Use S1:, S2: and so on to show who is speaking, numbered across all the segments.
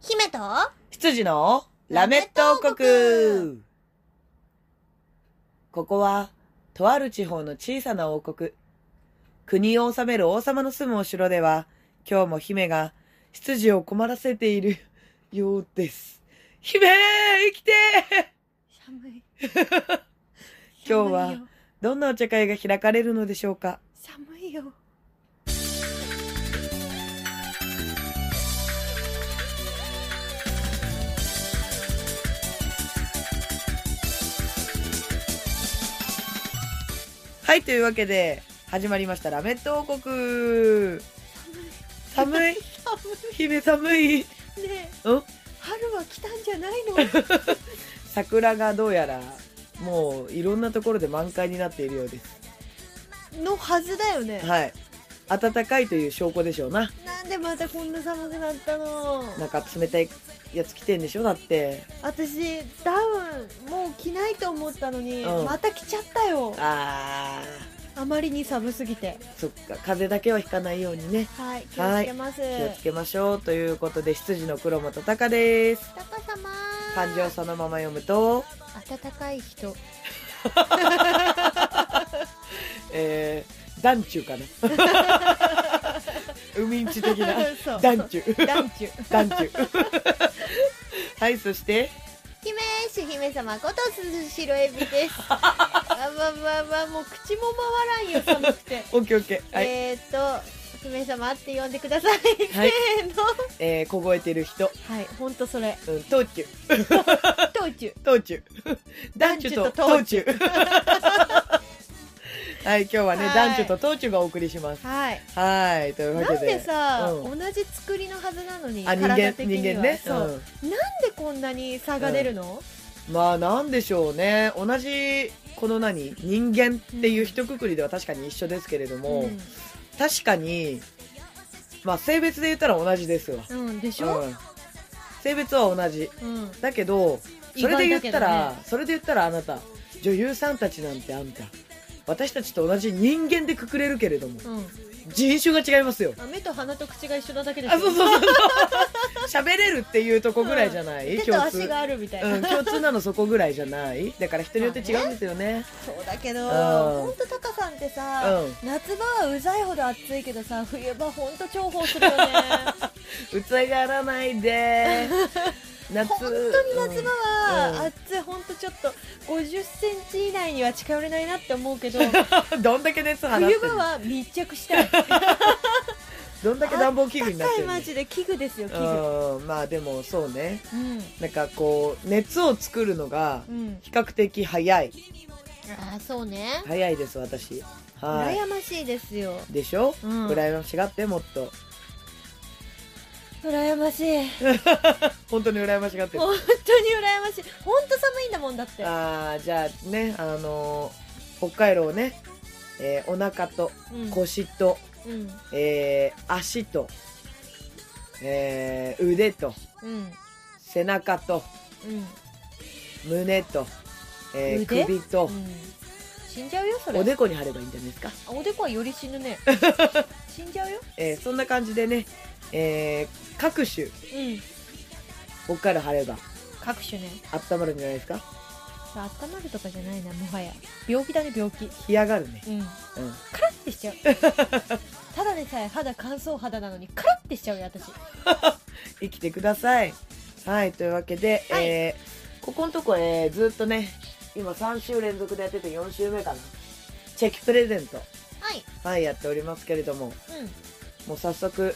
S1: 姫と
S2: 羊のラメット王国ここは、とある地方の小さな王国。国を治める王様の住むお城では、今日も姫が執事を困らせているようです。姫生きて
S1: 寒い
S2: 今日はどんなお茶会が開かれるのでしょうか
S1: 寒いよ
S2: はい、というわけで、始まりましたラメット王国寒い姫寒い
S1: 寒いねえ
S2: うん
S1: 春は来たんじゃないのね
S2: 桜がどうやらもういろんなところで満開になっているようです
S1: のはずだよね
S2: はい暖かいという証拠でしょうな
S1: なんでまたこんな寒くなったの
S2: なんか冷たいやつ着てんでしょだって
S1: 私ダウンもう着ないと思ったのに、
S2: うん
S1: また着ちゃったよ
S2: あ
S1: あまりに寒すぎて
S2: ーそっか風邪だけはひかないようにね
S1: はい気をつけます、
S2: 気をつけましょうということで羊の黒本隆です
S1: タカ様
S2: 漢字をそのまま読むと、
S1: 暖かい 人
S2: えー、団中 かな海んち的な
S1: そう
S2: 団中
S1: 団中
S2: 団中はいそして
S1: 姫主姫様こと鈴白エビです わわわわもう口も回らんよ寒くて
S2: オッケーオッケーはい、
S1: えーっと姫様って呼んでください、
S2: はい
S1: せーの
S2: えー、凍えてる人
S1: はいほんとそれ
S2: うん、東中、
S1: 道中
S2: 東 中。男中と東中。 はい、今日はね、
S1: はい
S2: 男中と東中がお送りします。
S1: はい
S2: はい、というわ
S1: な
S2: け
S1: ん
S2: で。
S1: でさ、
S2: うん
S1: 同じ作りのはずなのに
S2: あ、人間
S1: 体、的に
S2: 人
S1: は
S2: 間ね。
S1: そう、なんでこんなに差が出るの、
S2: うん。まあ、なんでしょうね。同じ、この何、人間っていう一括りでは確かに一緒ですけれども、
S1: うん
S2: 確かに、まあ、性別で言ったら同じですわ。
S1: うんでし
S2: う
S1: ょ、
S2: ん。性別は同じ。
S1: うん
S2: だけどそれで言った
S1: 意外
S2: ら、
S1: だけどね
S2: それで言ったらあなた女優さんたちなんてあんた私たちと同じ人間でくくれるけれども
S1: うん
S2: 人種が違いますよ
S1: あ目と鼻と口が一緒なだけです
S2: あ
S1: よ
S2: そうそうそうそう 喋れるっていうとこぐらいじゃない、
S1: 手と
S2: 共通
S1: 足があるみたいな、
S2: うん、共通なのそこぐらいじゃないだから人によって違うんですよね
S1: そうだけど、
S2: うん
S1: ほんとタカさんってさ、
S2: うん
S1: 夏場はうざいほど暑いけどさ冬場ほんと重宝するよね
S2: 器がらな いで夏
S1: 本当に夏場
S2: うん
S1: は暑い、ほんとちょっと50センチ以内には近寄れないなって思うけ ど
S2: うんどんだけ熱放ってんの
S1: 冬場は密着したい
S2: どんだけ 暖房器具になって
S1: 高
S2: る
S1: い
S2: の
S1: マジで器具ですよ器具
S2: うんまあでもそうね
S1: うん
S2: なんかこう熱を作るのが
S1: うん
S2: 比較的早い
S1: ああそうね
S2: 早いです私は
S1: 羨ましいですよ
S2: いでしょ、
S1: うん
S2: 羨ましがってもっと
S1: 羨ましい
S2: 本当に羨ましがってる
S1: 本当に羨ましい本当寒いんだもんだって
S2: あーじゃあねあのー北海道をね、えーお腹と
S1: うん
S2: 腰と、
S1: うん
S2: えー足と、えー腕と
S1: うん
S2: 背中と
S1: うん
S2: 胸と、えー
S1: 腕
S2: 首と
S1: う、ん死んじゃうよそれ
S2: おでこに貼ればいいんじゃないですか
S1: あおでこはより死ぬ ね死んじゃうよ
S2: えーそんな感じでね、えー各種
S1: うん
S2: 北海道貼れば
S1: 各種ね
S2: 温まるんじゃないですか
S1: あったまるとかじゃないなもはや病気だね病気
S2: 干上がるね、
S1: うん
S2: うん、
S1: カラッてし ちゃうただでさえ肌乾燥肌なのにカラッてしちゃうよ私
S2: 生きてくださいはいというわけで、
S1: はい
S2: えーここのとこ、えーずっとね今3週連続でやってて4週目かなチェキプレゼント
S1: はい
S2: はいやっておりますけれども
S1: うん
S2: もう早速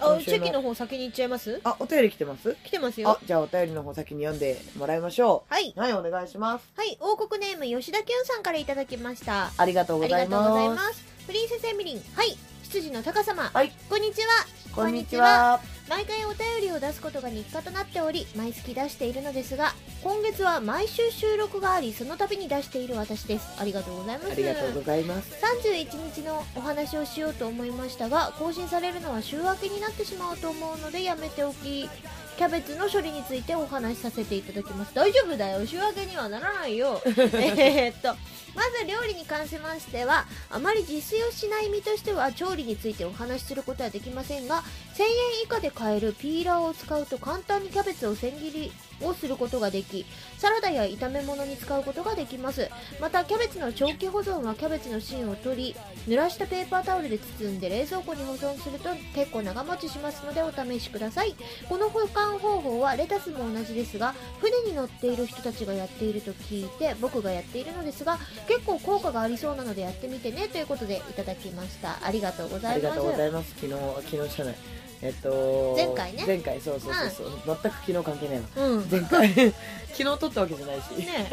S1: あ
S2: 今週
S1: チ
S2: の
S1: ェキの方先に行っちゃいます
S2: あお便り来てます
S1: 来てます
S2: あ
S1: よ
S2: じゃあお便りの方先に読んでもらいましょ
S1: はい、
S2: うはいお願いします
S1: はい、王国ネーム吉田きゅんさんからいただきましたあ
S2: ありがとうご
S1: り
S2: ざ
S1: が
S2: い
S1: とうござい
S2: ます
S1: ますプリンセスエミリンはい執事の高様、
S2: はい
S1: こんにちは
S2: こんにち
S1: こ
S2: は
S1: 毎回お便りを出すことが日課となっており毎月出しているのですが今月は毎週収録がありその度に出している私ですありがとうございます
S2: ありがとうございます
S1: 31日のお話をしようと思いましたが更新されるのは週明けになってしまうと思うのでやめておきキキャベツの処理についてお話しさせていただきます大丈夫だよ仕分けにはならないよえーっとまず料理に関しましてはあまり自炊をしない身としては調理についてお話しすることはできませんが1000円以下で買えるピーラーを使うと簡単にキャベツを千切りをすることができサラダや炒め物に使うことができますまたキャベツの長期保存はキャベツの芯を取り濡らしたペーパータオルで包んで冷蔵庫に保存すると結構長持ちしますのでお試しくださいこの保管方法はレタスも同じですが船に乗っている人たちがやっていると聞いて僕がやっているのですが結構効果がありそうなのでやってみてねということでいただきましたありがとうござ
S2: あ
S1: い
S2: りが
S1: ます
S2: とうございます昨日昨日じゃないえっと
S1: 前回ね
S2: 前回そうそうそうそう、全く昨日関係ないわ
S1: うん
S2: 前回 昨日撮ったわけじゃないし、
S1: ね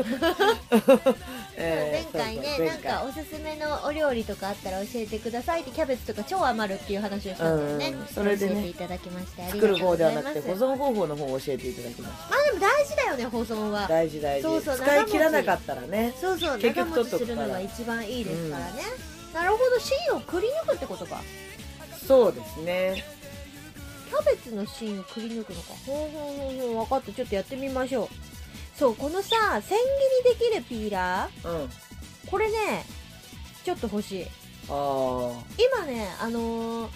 S2: えー
S1: 前回ね
S2: そうそう前
S1: なんかおすすめのお料理とかあったら教えてくださいってキャベツとか超余るっていう話をしたんだよね、
S2: うんそれでね
S1: 教えていただきましてあり
S2: 作
S1: がと
S2: る
S1: うご
S2: 方で
S1: ざ
S2: はいな
S1: ます
S2: くて保存方法の方を教えていただきまし
S1: まあでも大事だよね保存
S2: た
S1: は
S2: 大事大事
S1: そうそう
S2: 使い切らなかったらね
S1: そうそう長
S2: 結局
S1: 持
S2: 取っ
S1: ち
S2: と
S1: す
S2: く
S1: る
S2: から
S1: のが一番いいですからね、なるほど芯をくり抜くってことか
S2: そうですね
S1: キャベツの芯をくり抜くのかほうほうほうほう分かったちょっとやってみましょうそうこのさ千切りできるピーラー
S2: うんあ
S1: これねちょっと欲しい
S2: あ
S1: 今ねあのー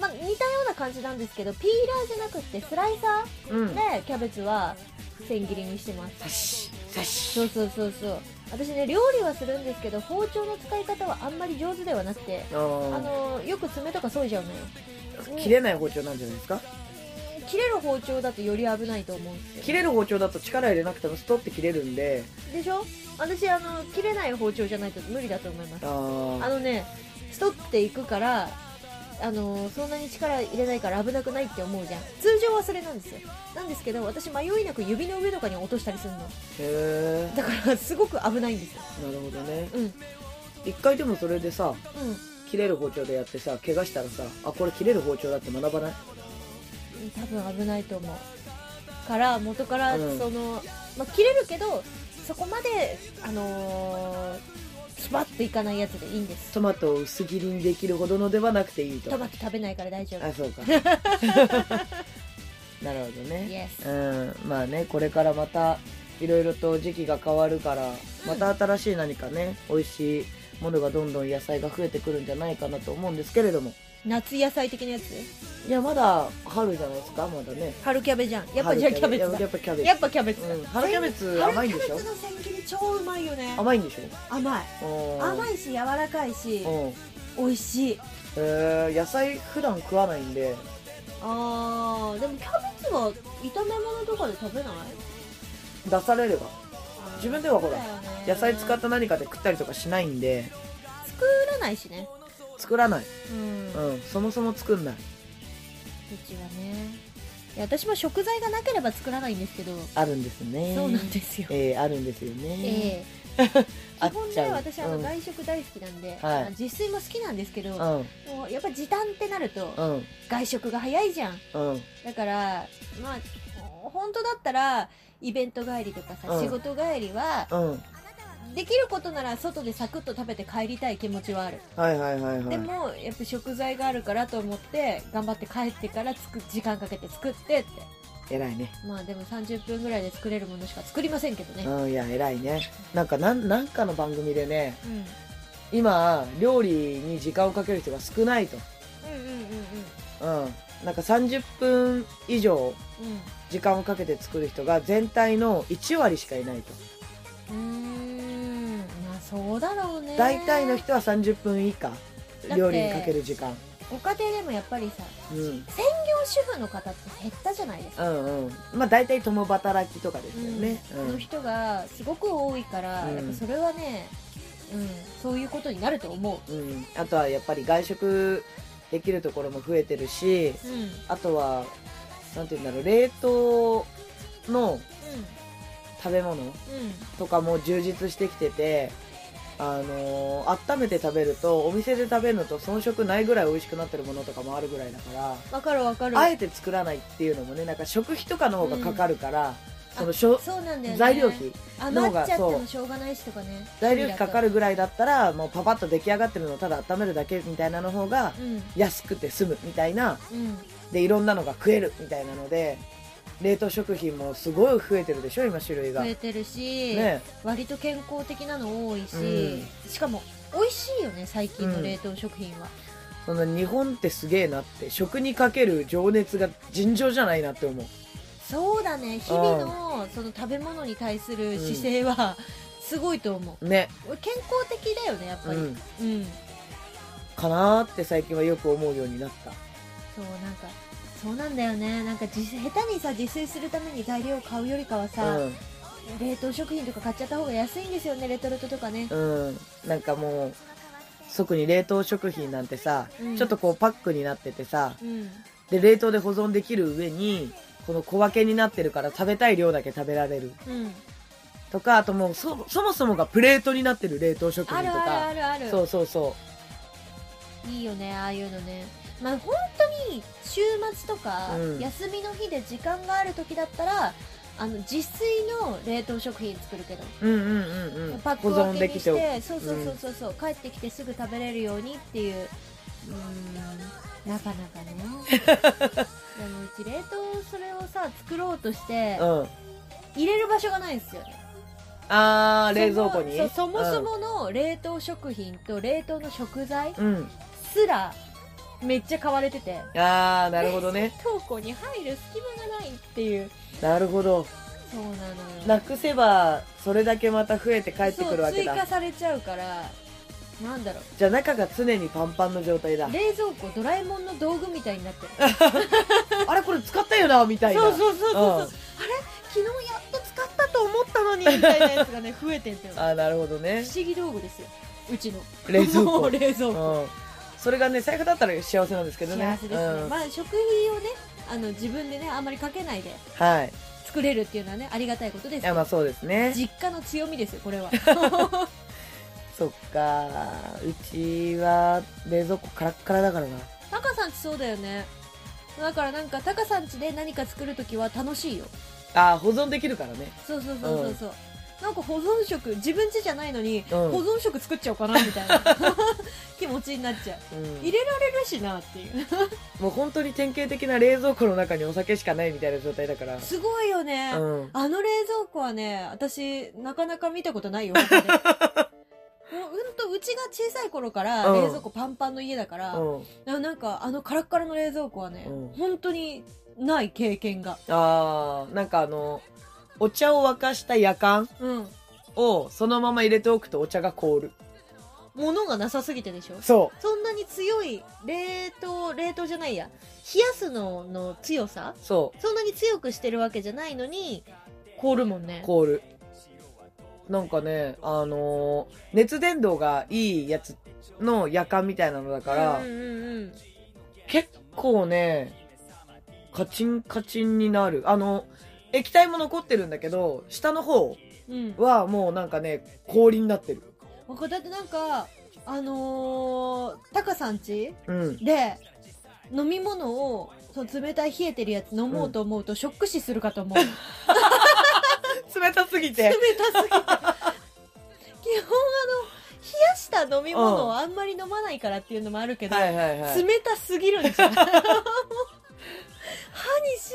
S1: まあ、似たような感じなんですけどピーラーじゃなくってスライサ
S2: うん
S1: ーでキャベツは千切りにしてます
S2: 刺し
S1: そう
S2: 刺し
S1: そうそうそう私ね料理はするんですけど包丁の使い方はあんまり上手ではなくて
S2: あ
S1: あ
S2: ー
S1: のーよく爪とか削いじゃうのよ
S2: 切れない包丁なんじゃないですか
S1: 切れる包丁だとより危ないと思うんです
S2: 切
S1: よ
S2: れる包丁だと力入れなくてもストって切れるんで
S1: でしょ私あの切れない包丁じゃないと無理だと思います
S2: あ
S1: あ
S2: ー
S1: のねストっていくからあのーそんなに力入れないから危なくないって思うじゃん通常はそれなんですよなんですけど私迷いなく指の上とかに落としたりするの
S2: へえ
S1: だからすごく危ないんですよ
S2: なるほどね
S1: うんうん
S2: 一回でもそれでさ切れる包丁でやってさ怪我したらさあこれ切れる包丁だって学ばない
S1: 多分危ないと思うから元から
S2: うん
S1: その、まあ、切れるけどそこまであのースパッといかないやつでいいんです
S2: トマトを薄切りにできるほどのではなくていいと
S1: トマト食べないから大丈夫
S2: あそうか なるほどね
S1: イエス
S2: うんまあねこれからまたいろいろと時期が変わるからまた新しい何かね美味しいものがどんどん野菜が増えてくるんじゃないかなと思うんですけれども
S1: 夏野菜的なやつ
S2: いやまだ春じゃないですかまだね
S1: 春キャベじゃんやっぱじゃあキャベツだ
S2: やっぱキャベツ
S1: やっぱキャベツだ、
S2: うん春キャベツ甘いんでし
S1: 春
S2: ょ
S1: キャベツの千切り超うまいよね
S2: 甘いんでし
S1: 甘い
S2: ょ
S1: 甘
S2: い
S1: いし柔らかいし
S2: う
S1: 美
S2: ん
S1: 味しい
S2: えー野菜普段食わないんで
S1: あーでもキャベツは炒め物とかで食べない
S2: 出されれば自分ではほら野菜使っ
S1: 作
S2: た何かで食ったりとかしないんで
S1: らないしね
S2: 作らない
S1: うんう
S2: うんそもそも作んない
S1: ちはねいや私も食材がなければ作らないんですけど、
S2: あるんですね
S1: そうなんですよ
S2: えーあるんですよね、
S1: ええ
S2: あっ
S1: 基本
S2: ち
S1: ね
S2: ゃう
S1: 私あの
S2: うん
S1: 外食大好きなんで、
S2: はい
S1: あの自炊も好きなんですけど、
S2: うん
S1: もうやっぱ時短ってなると
S2: うん
S1: 外食が早いじゃん
S2: うん
S1: だからまあ本当だったらイベント帰りとかさ、
S2: うん
S1: 仕事帰りは
S2: うん
S1: できることなら外でサクッと食べて帰りたい気持ちはある、
S2: はいはいはいは
S1: で
S2: い
S1: もやっぱ食材があるからと思って頑張って帰ってからつく時間かけて作ってって
S2: 偉いね
S1: まあでも30分ぐらいで作れるものしか作りませんけどね、
S2: うんいや偉いねなんかなんなんかの番組でね
S1: うん、うん
S2: 今料理に時間をかける人が少ないと
S1: うんうん
S2: うんなんか30分以上時間をかけて作る人が全体の1割しかいないと
S1: うんうんうーんまあそうだろうね
S2: 大体の人は30分以下
S1: て
S2: 料理にかける時間、
S1: ご家庭でもやっぱりさ
S2: うん、うん
S1: 専業主婦の方って減ったじゃないですか
S2: うんまあ大体共働きとかですよね、うん
S1: の人がすごく多いから、
S2: うん
S1: やっぱそれはね、うん、そういうことになると思
S2: うん、あとはやっぱり外食できるところも増えてるし
S1: う、うんうん、
S2: あとはなんて言うんだろう冷凍の食べ物とかも充実してきててあのー温めて食べるとお店で食べるのと遜色ないぐらい美味しくなってるものとかもあるぐらいだから、
S1: わかるわかる
S2: あえて作らないっていうのもねなんか食費とかの方がかかるから、そのしょ
S1: そうなんだよね
S2: 材料費
S1: 余っちゃって
S2: の方がそ
S1: も
S2: う
S1: しょうがないしとかね
S2: 材料費かか
S1: る
S2: るぐらいだったらもうパパッと出来上がってるのをただ温めるだけみたいなの方が
S1: うん
S2: 安くて済むみたいな
S1: うん
S2: でいろんなのが食えるみたいなので冷凍食品もすごい増えてるでしょ今種類が
S1: 増
S2: ね
S1: えてるし、
S2: え
S1: 割と健康的なの多いし、
S2: う
S1: しかも美味しいよね最近の冷凍食品は、
S2: その日本ってすげえなって食にかける情熱が尋常じゃないなって思う
S1: そうだね日々のその食べ物に対する姿勢はすごいと思う
S2: ね、
S1: 健康的だよねやっぱ
S2: う
S1: りうん、
S2: ん、かなーって最近はよく思うようになった
S1: そうなんかそうなんだよねなんか自下手にさ自炊するために材料を買うよりかはさ、
S2: うん
S1: 冷凍食品とか買っちゃった方が安いんですよねレトルトとかね、
S2: うん、なんかもう特に冷凍食品なんてさ、
S1: うん
S2: ちょっとこうパックになっててさ
S1: うん、
S2: で冷凍で保存できる上にこの小分けになってるから食べたい量だけ食べられる
S1: うん、
S2: とかあともうそそもそもがプレートになってる冷凍食
S1: ある
S2: 品と
S1: あるあ
S2: か
S1: るある
S2: そうそうそ
S1: いいよねああいうのねまあ本当に週末とか、
S2: うん
S1: 休みの日で時間がある時だったらあの自炊の冷凍食品作るけど、
S2: ううんうんうんうん
S1: パック
S2: 保
S1: 分
S2: 存
S1: け
S2: で
S1: に
S2: き
S1: して
S2: ておく
S1: そうそうそうそうそう、帰ってきてすぐ食べれるようにっていううんなかなか ねでもうち冷凍それをさ作ろうとして
S2: うん
S1: 入れる場所がないんですよね
S2: あー冷蔵庫に
S1: そもそうそもそもの冷凍食品と冷凍の食材
S2: うん、うん
S1: すらめっちゃ買われてて
S2: あーなるほどね
S1: 投稿に入る隙間がないっていう
S2: なるほど
S1: そうなのよ
S2: なくせばそれだけまた増えて帰ってくるわけ
S1: そう追加
S2: だ
S1: されちゃうからなんだろう
S2: じゃあ中が常にパンパンの状態だ
S1: 冷蔵庫ドラえもんの道具みたいになってる
S2: あれこれ使ったよなみたいな
S1: そうそうそうそうそう、
S2: うん
S1: あれ昨日やっと使ったと思ったのにみたいなやつがね増えてんす よ不
S2: あーなるほどね
S1: 思議道具ですようちの
S2: 冷蔵庫
S1: もう冷蔵庫、
S2: うんそれがね財布だったら幸せなんですけどね
S1: 幸せですね、
S2: うん
S1: まあ食費をねあの自分でねあんまりかけないで
S2: はいい
S1: 作れるっていうのはねありがたいことですけ
S2: や
S1: ど
S2: まあそうですね
S1: 実家の強みですよこれは
S2: そっかうちは冷蔵庫カラッカラだからな
S1: タカさんちそうだよねだからなんかタカさんちで何か作るときは楽しいよ
S2: あー保存できるからね
S1: そうそうそうそうそう、なんか保存食自分ちじゃないのに、
S2: うん
S1: 保存食作っちゃおうかなみたい な 気持ちになっちゃう
S2: うん
S1: 入れられるしなっていう
S2: もう本当に典型的な冷蔵庫の中にお酒しかないみたいな状態だから
S1: すごいよね、
S2: うん
S1: あの冷蔵庫はね私なかなか見たこと ないよ他でもううんとうちが小さい頃から
S2: うん
S1: 冷蔵庫パンパンの家だから、
S2: うん
S1: ななんかあのカラッカラの冷蔵庫はね、
S2: うん
S1: 本当にない経験が
S2: あーなんかあのお茶を沸かしたやかん
S1: うん
S2: をそのまま入れておくとお茶が凍る
S1: 物がなさすぎてでしょ
S2: そ
S1: そんなに強い冷凍冷凍じゃないや冷やすのの強さ
S2: うそう
S1: そんなに強くしてるわけじゃないのに凍るもんね
S2: 凍るなんかねあのー熱伝導がいいやつのやかんみたいなのだから、
S1: うんうんうん
S2: 結構ねカチンカチンになるあの液体も残ってるんだけど下の方
S1: うん
S2: はもうなんかね氷になってる
S1: わかだってなんかあのー、タカさんち
S2: うん
S1: で飲み物をそう冷たい冷えてるやつ飲もうと思うと、ショック死するかと思う冷
S2: 冷たすぎ
S1: たす
S2: て
S1: ぎて基本あの冷やした飲み物をあんまり飲まないからっていうのもあるけど、
S2: はいはいはい
S1: 冷たすぎるんじゃ ん歯にし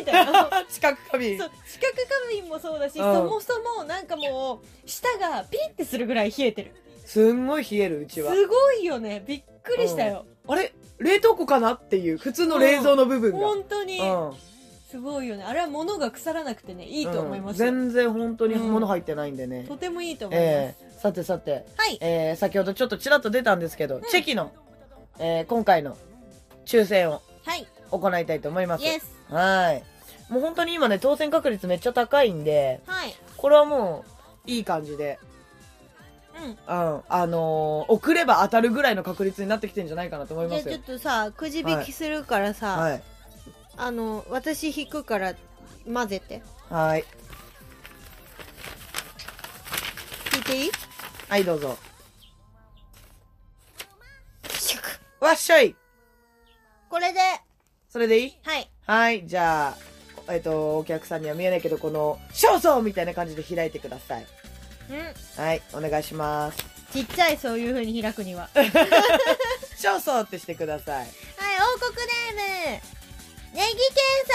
S1: みるみたいな
S2: 知覚過 敏
S1: そう視覚過敏もそうだし、
S2: うん
S1: そもそもなんかもう舌がピリってするぐらい冷えてる
S2: すんごい冷えるうち
S1: す
S2: は
S1: ごいよねびっくりしたよ、
S2: あれ冷凍庫かなっていう普通の冷蔵の部分が
S1: 本当に、
S2: うん
S1: すごいよねあれは物が腐らなくてねいいと思いますよ、
S2: うん全然本当に物入ってないんでね、
S1: とてもいいと思います、
S2: えーさてさて、
S1: はい
S2: えー先ほどちょっとちらっと出たんですけど、チェキの、えー今回の抽選を
S1: はい
S2: 行いたいと思います。
S1: イエス
S2: はい。もう本当に今ね、当選確率めっちゃ高いんで、
S1: はい
S2: これはもう、いい感じで、
S1: うん
S2: うん、あのー送れば当たるぐらいの確率になってきてんじゃないかなと思い
S1: じ
S2: ま
S1: ゃあ
S2: す
S1: ちょ
S2: よ
S1: っ。とさくじ引きするからさ、
S2: はい。
S1: あの私引くから混ぜて
S2: はい。
S1: 引いていい
S2: はい、どうぞ。
S1: シャク
S2: わっしょい
S1: これで
S2: それでいい
S1: はい
S2: はい、じゃあ、えっ、と、お客さんには見えないけど、この、少々みたいな感じで開いてください。
S1: うん
S2: はい、お願いします。
S1: ちっちゃいそういう風に開くにははい
S2: 少々ってしてください。
S1: 王国ネームネギケン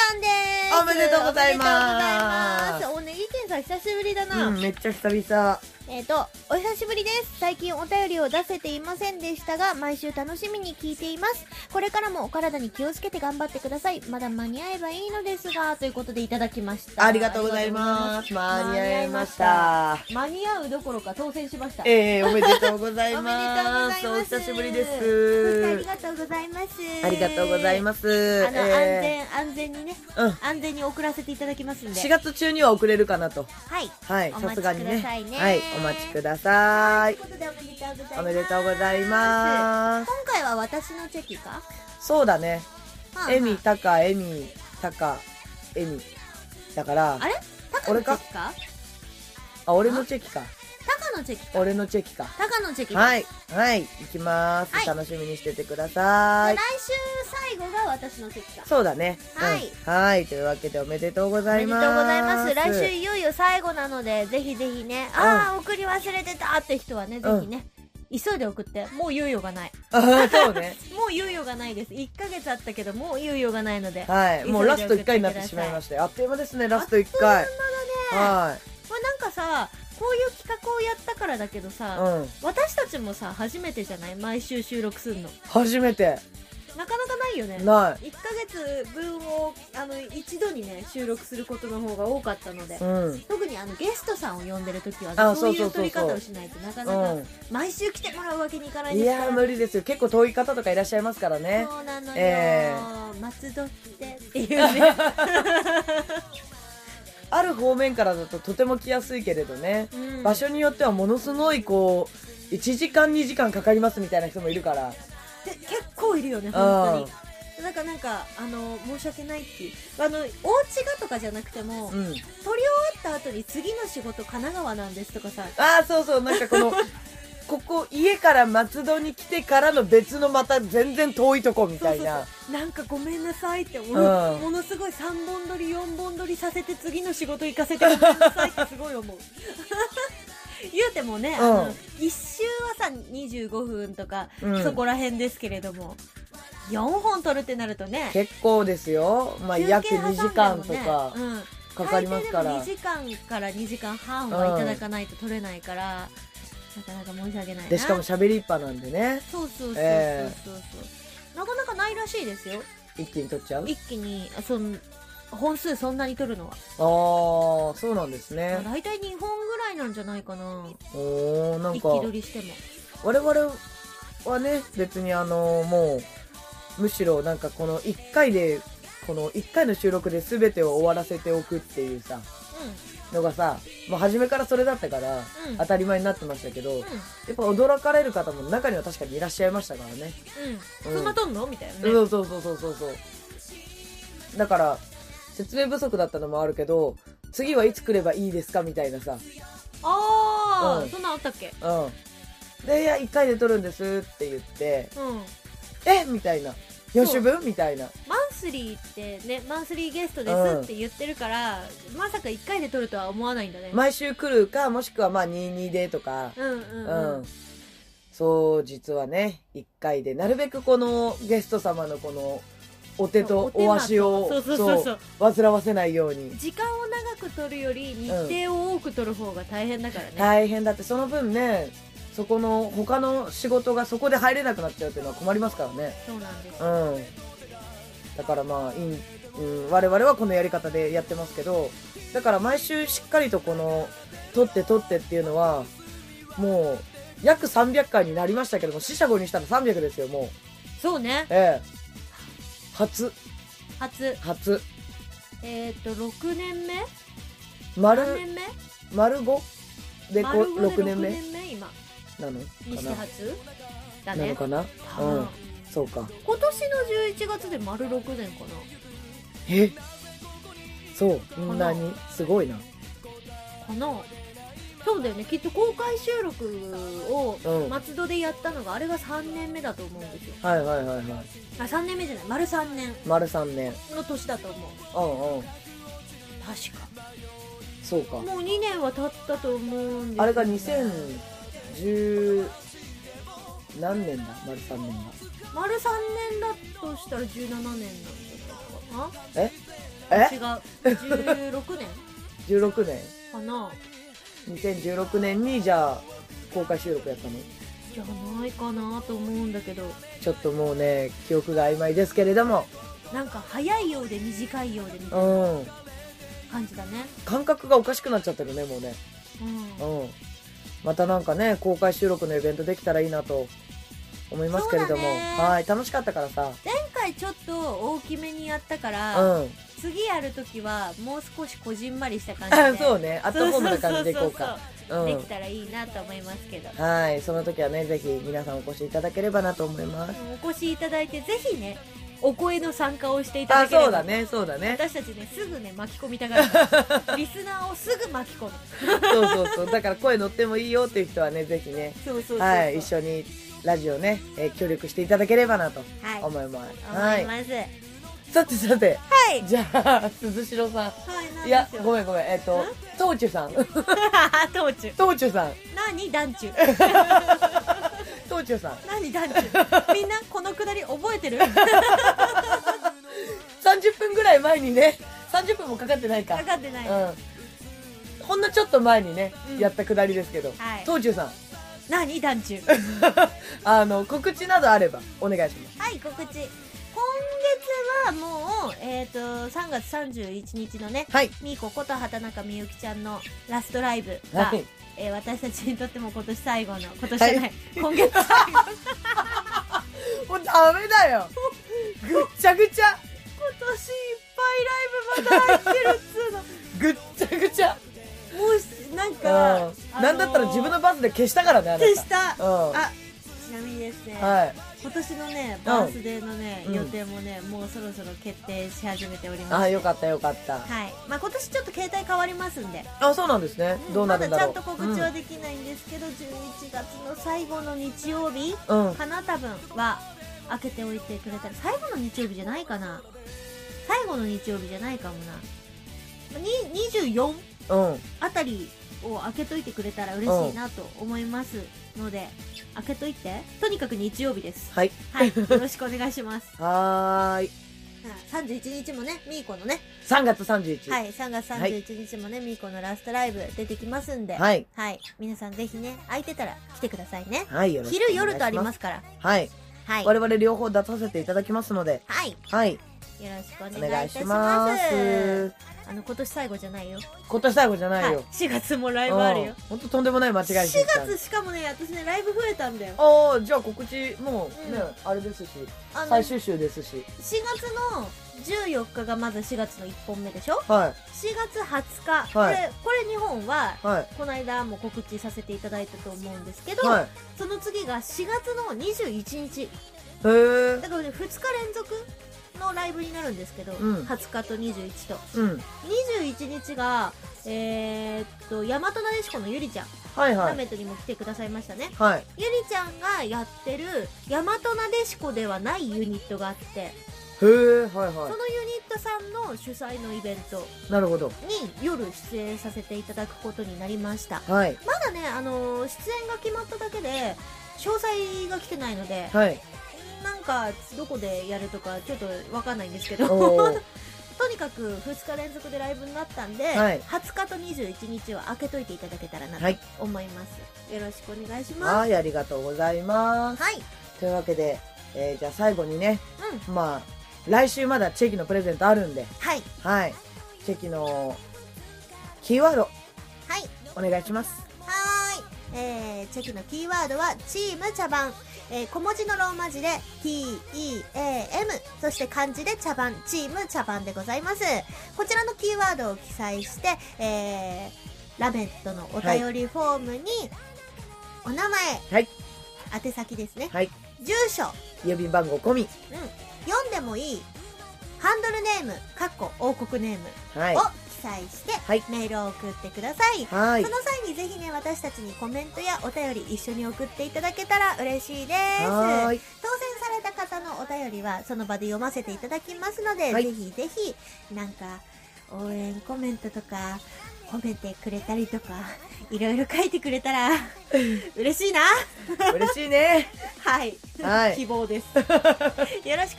S1: さんです
S2: おめでとうございます
S1: おめでとうございますおネギケンさん久しぶりだな、
S2: うん、めっちゃ久々。
S1: えっ、とお久しぶりです最近お便りを出せていませんでしたが毎週楽しみに聞いていますこれからもお体に気をつけて頑張ってくださいまだ間に合えばいいのですがということでいただきました
S2: ありがとうございます。間に合いました。
S1: 間に合うどころか当選しました
S2: え えおめでとうございます。
S1: おめでとうございます
S2: お久しぶり
S1: そしてあり
S2: です。
S1: がとうございます
S2: ありがとうございますす。
S1: あの、
S2: え
S1: 安全安全にね
S2: えうん。
S1: 安全に送らせていただきますんで
S2: 4月中には遅れるかなと。
S1: はい
S2: はい、
S1: お待
S2: さ
S1: ち
S2: すがに
S1: く
S2: ね。
S1: ださいね
S2: はい、お待ちください
S1: という。ことでおめでとうございます
S2: おめでとうございます。
S1: 今回は私のチェキか
S2: そうだね。
S1: はあ
S2: エミ、タカ、エミ、タカ、エミ。だから、
S1: あれタカのチェキか
S2: あ、俺のチェキか。
S1: タカのチェキか
S2: 俺のチェキか。
S1: タカのチェキか
S2: はい、はい、行きます、
S1: はい
S2: 楽しみにしててくださ
S1: 来
S2: い。
S1: 週最後が私のチェキか
S2: そうだね。
S1: はい
S2: うんはい、というわけでおめでとうご
S1: お
S2: ざ
S1: め
S2: い
S1: でとう
S2: ま
S1: ご
S2: す。
S1: ざいます来週いよいよ最後なのでぜひぜひねああ送り忘れてたって人はねぜひね急いで送ってもう猶予がない
S2: あそうね。
S1: もう猶予がないです1ヶ月あったけどもう猶予がないので
S2: はい、もうラスト
S1: 急いで送って
S2: 1回になってしまいましたよあっという間ですね、ラスト1回。は
S1: まあ、なんかさこういう企画をやったからだけど
S2: い、
S1: さ、
S2: うん、
S1: 私たちもさ初めてじゃない毎週収録するの
S2: 初めて。
S1: なかなかないよね
S2: な
S1: 1ヶ月分をあの一度にね収録することの方が多かったので
S2: い。うん。
S1: 特にあのゲストさんを呼んでる時は
S2: あ
S1: そうい
S2: そううそ
S1: 取
S2: うそう
S1: り
S2: そう
S1: 方をしないとなかなか
S2: う
S1: 毎週来てもらうわけにいかない
S2: ん、い
S1: ですから
S2: やー無理ですよ結構遠い方とかいらっしゃいますからね
S1: そうなのよ、
S2: え
S1: 松戸ってっていう ね、
S2: ある方面からだととても来やすいけれどね、
S1: うん
S2: 場所によってはものすごいこう1時間2時間かかりますみたいな人もいるから
S1: で結構いるよね本当になんかなんかあの申し訳ないっていうあのお家がとかじゃなくても、
S2: うん、う
S1: 撮り
S2: ん、
S1: 終わった後に次の仕事神奈川なんですとかさ
S2: ああそうそうなんか このここ家から松戸に来てからの別のまた全然遠いとこみたいな
S1: なんかごめんなさいっても,、
S2: うん
S1: ものすごい3本撮り4本撮りさせて次の仕事行かせてごめんなさいってすごい 思う言うてもね、あ
S2: う
S1: の
S2: ん
S1: 1周はさ25分とか、
S2: うん
S1: そこら辺ですけれども4本撮るってなるとね
S2: 結構ですよまあ
S1: 休憩
S2: 約
S1: 挟んでも
S2: 2
S1: ね
S2: 時間とか
S1: うん
S2: かかりますから、
S1: 最低でも2時間から2時間半はいただかないと取れないから、なかなか申し訳ないな
S2: でしかも喋りっぱなんでね
S1: そうそうそうそうそうそう、
S2: え
S1: なかなかないらしいですよ
S2: 一気に取っちゃう
S1: 一気にあその本数そんなに取るのは、
S2: ああそうなんですね
S1: まあ大体2本ぐらいなんじゃないかな
S2: おーなん
S1: 一気
S2: か
S1: 取りしても
S2: 我々はね別にあのもうむしろなんかこの1回でこの1回の収録で全てを終わらせておくっていうさのがさもう初めからそれだったから
S1: うんうん
S2: 当たり前になってましたけど
S1: うん
S2: やっぱ驚かれる方も中には確かにいらっしゃいましたからね
S1: うん、そんなとんのみたいなね、
S2: そうそうそうそうそうそうだから説明不足だったのもあるけど次はいつ来ればいいですかみたいなさ
S1: ああ、
S2: うん
S1: そんなんあったっけ
S2: うんで「いや1回で撮るんです」って言って
S1: うん
S2: 「えみたいな「4週分?」みたいな
S1: マンスリーってねマンスリーゲストですって言ってるから、まさか1回で撮るとは思わないんだね、
S2: 毎週来るかもしくはまあ22でとか
S1: うんうん
S2: う
S1: うん、
S2: んそう実はね1回でなるべくこのゲスト様のこのお手と
S1: そう
S2: お足を
S1: そうそうそうそう
S2: そう煩わせないように
S1: 時間を長く撮るより日程を多く撮る方が大変だからね、
S2: 大変だってその分ねそこの他の仕事がそこで入れなくなっちゃうっていうのは困りますからね
S1: そうなんです、
S2: うんだからまあいい、うん、我々はこのやり方でやってますけどだから毎週しっかりとこの取って取ってっていうのはもう約300回になりましたけども四捨五入したら300ですよもう
S1: そうね
S2: ええ初
S1: 初
S2: 初
S1: えっ、と6年目
S2: 丸
S1: 3年目
S2: 丸5でこ
S1: 丸五で
S2: 6年目
S1: 六年目今
S2: なの
S1: に
S2: か
S1: して初だ
S2: なな
S1: ね
S2: のかな
S1: 多分
S2: うんそうか
S1: 今年の11月で丸6年か
S2: えそうこんなにすごいな
S1: なかなそうだよねきっと公開収録を
S2: うんはい
S1: 松戸でやったのがあれが3年目だと思うんですよ
S2: はいはいはい
S1: あ3年目じゃない丸3年
S2: 丸3年
S1: の年だと思う
S2: うんうん
S1: 確か
S2: そうか
S1: もう2年は経ったと思うんですよね
S2: あれが2010何年だ丸3年が
S1: 丸3年だとしたら17年なんじゃないかあ
S2: え
S1: 違う16年
S2: 16年
S1: かな
S2: 2016年にじゃあ公開収録やったの
S1: じゃないかなと思うんだけど
S2: ちょっともうね記憶が曖昧ですけれども
S1: なんか早いようで短いようでみたいな
S2: うん
S1: 感じだね
S2: 感覚がおかしくなっちゃってるねもうね
S1: うん
S2: うんまたなんかね公開収録のイベントできたらいいなと思いますけれど
S1: そ
S2: も、
S1: うだね
S2: はい楽しかったからさ
S1: 前回ちょっと大きめにやったか
S2: う
S1: ら、
S2: ん
S1: 次やるときはもう少しこじんまりした感じ
S2: あ
S1: で
S2: そうねアットホームな感じでいこ
S1: そ
S2: うか
S1: そそそうで
S2: ん
S1: きたらいいなと思いますけど、
S2: はいその時はねぜひ皆さんお越しいただければなと思います
S1: お越しいただいてぜひねお声の参加をしていた
S2: あ
S1: だければ
S2: そうだねそうだね
S1: 私たちねすぐね巻き込みたが るリスナーをすぐ巻き込む
S2: そうそうそうだから声乗ってもいいよっていう人はねぜひね
S1: そうそうそうそう
S2: はい一緒にラジオね、えー協力していただければなと
S1: はい思
S2: 思います、
S1: い
S2: は
S1: ますはい
S2: い、さてさて
S1: はい
S2: じゃあ鈴代さ
S1: なん
S2: んいや
S1: ですよ
S2: ごめんごめんえっ、と東中さん
S1: 道中
S2: 東中さん
S1: 何団中
S2: 東中さん
S1: 何団 中みんなこのくだり覚えてるか
S2: 30分ぐらい前にね30分もかかってないか
S1: かってない、
S2: うん、ほんのちょっと前にね、
S1: うん
S2: やったくだりですけど、
S1: はい
S2: 東中さん
S1: 何団中
S2: あの告知などあればお願いします
S1: はい告知今月はもうえっ、と3月31日のね
S2: はい
S1: みーここと畑中みゆきちゃんのラストライブが、
S2: はい
S1: えー私たちにとっても今年最後の今年じゃない、
S2: はい
S1: 今月最後
S2: もうダメだよぐっちゃぐちゃ
S1: 今年いっぱいライブまた入ってるっつうの
S2: ぐっちゃぐちゃ
S1: もうしなん
S2: う
S1: か、
S2: ん
S1: あのー
S2: なんだったら自分のバスで消したからねあなた
S1: でした、
S2: うん
S1: あちなみにですね、
S2: はい
S1: 今年のねバースデーのね、
S2: うん
S1: 予定もねもうそろそろ決定し始めております
S2: あよかったよかった、
S1: はいまあ、今年ちょっと携帯変わりますんで、
S2: あそうなんですね、どうなるんだろう
S1: まだちゃんと告知はできないんですけど、11月の最後の日曜日
S2: うん、うん
S1: かな多分は開けておいてくれたら最後の日曜日じゃないかな最後の日曜日じゃないかもなに24
S2: うん
S1: あたりを開けといてくれたら嬉しいなと思いますので、開けといてとにかく日曜日です
S2: はい
S1: はいよろしくお願いします
S2: はーい
S1: 31日もねみーこのね
S2: 3月31日
S1: はい3月31日もね、みーこのラストライブ出てきますんではい、
S2: はい、
S1: 皆さんぜひね空いてたら来てくださいね
S2: はい、よろしく
S1: 昼夜とありますすから
S2: はい、
S1: はい
S2: 我々両方出させていただきますので
S1: はい
S2: はい
S1: よろしくお願
S2: お
S1: いい
S2: 願
S1: た
S2: いし
S1: しま。
S2: ますす
S1: あの今年最後じゃないよ。
S2: 今年最後じゃないよ、
S1: はい、4月もライブあるよ。
S2: 本当とんでもない間違い
S1: 4
S2: でした
S1: 月しかもね、私ねライブ増えたんだよ。
S2: ああじゃあ告知もうね、
S1: う
S2: あれですし
S1: あの
S2: 最
S1: 4
S2: 終週ですし
S1: 月の14日がまず4月の1本目でしょ。
S2: は
S1: 4月20日、
S2: はい
S1: これこれ日本はい
S2: はい
S1: この間も告知させていただいたと思うんですけど、
S2: はい
S1: その次が4月の21日、
S2: へえ
S1: だからね2日連続のライブになるんですけど、
S2: うん
S1: 20日と21と
S2: うん
S1: 21日がえー、っと大和なでしこのゆりちゃん。
S2: はいは
S1: ラメ
S2: い
S1: ットにも来てくださいましたね
S2: はい
S1: ゆりちゃんがやってる大和なでしこではないユニットがあって
S2: へえはい
S1: そ
S2: は
S1: のユニットさんの主催のイベント
S2: いなるほど
S1: に夜出演させていただくことになりました
S2: はい
S1: まだねあのー出演が決まっただけで詳細が来てないので
S2: はい
S1: なんかどこでやるとかちょっとわかんないんですけど
S2: おー
S1: とにかく2日連続でライブになったんで、
S2: はい
S1: 20日と21日は開けといていただけたらなと
S2: はい
S1: 思います、よろしくお願いします
S2: はいありがとうございます
S1: はい
S2: というわけで、えーじゃあ最後にね
S1: うん
S2: まあ来週まだチェキのプレゼントあるんで
S1: はい
S2: はいチェキのキーワード
S1: はい
S2: お願いします
S1: はーい、えー、チェキのキーワードはチーム茶番、えー、小文字のローマ字で TEAM そして漢字で茶番チーム茶番でございますこちらのキーワードを記載して、えー、ラメットのお便りフォームに、お名前、
S2: はい
S1: 宛先ですね、
S2: はい
S1: 住所
S2: 郵便番号込み
S1: 読んでもいいハンドルネームかっこ王国ネーム
S2: はい
S1: を記載して、
S2: はい
S1: メールを送ってください
S2: はい
S1: その際にぜひね私たちにコメントやお便り一緒に送っていただけたら嬉しいです
S2: はーい
S1: 当選された方のお便りはその場で読ませていただきますので、
S2: はい
S1: ぜひぜひなんか応援コメントとか褒めてくれたりとかいろいろ書いてくれた ら嬉しいな
S2: 嬉しいね
S1: はい、
S2: はい
S1: 希望ですよろしくお願いします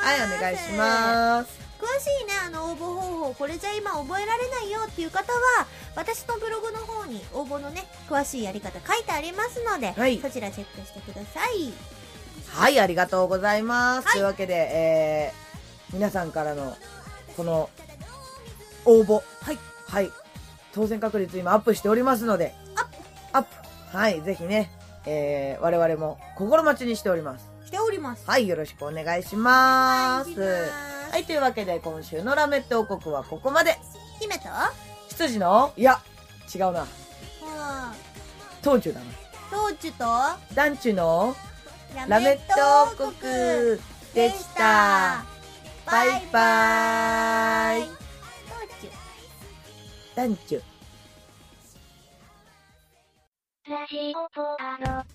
S2: はいお願いします
S1: 詳しいねあの応募方法これじゃ今覚えられないよっていう方は私のブログの方に応募のね詳しいやり方書いてありますので、
S2: はい
S1: そちらチェックしてください
S2: はい、ありがとうございます。
S1: はい
S2: というわけで、えー、皆さんからの、この、応募。はい。はい。当選確率今アップしておりますので。アップアップはい、ぜひね、えー、我々も心待ちにしております。
S1: しております
S2: はい、よろしくお願いし
S1: お
S2: ます。
S1: 願いします
S2: はい、というわけで、今週のラメット王国はここまで。
S1: 姫と
S2: 羊の、いや、違うな。
S1: うん
S2: 東中だな。
S1: トーチュと
S2: 団中の、ラ
S1: ラ
S2: メ
S1: メ
S2: ッ
S1: ット
S2: ト王
S1: 王
S2: 国
S1: 国
S2: で
S1: で
S2: し
S1: したた。
S2: バ
S1: バ
S2: イ
S1: イ
S2: バ
S1: バ
S2: イ
S1: イトーチュ
S2: 団中。
S3: ラジオポアド。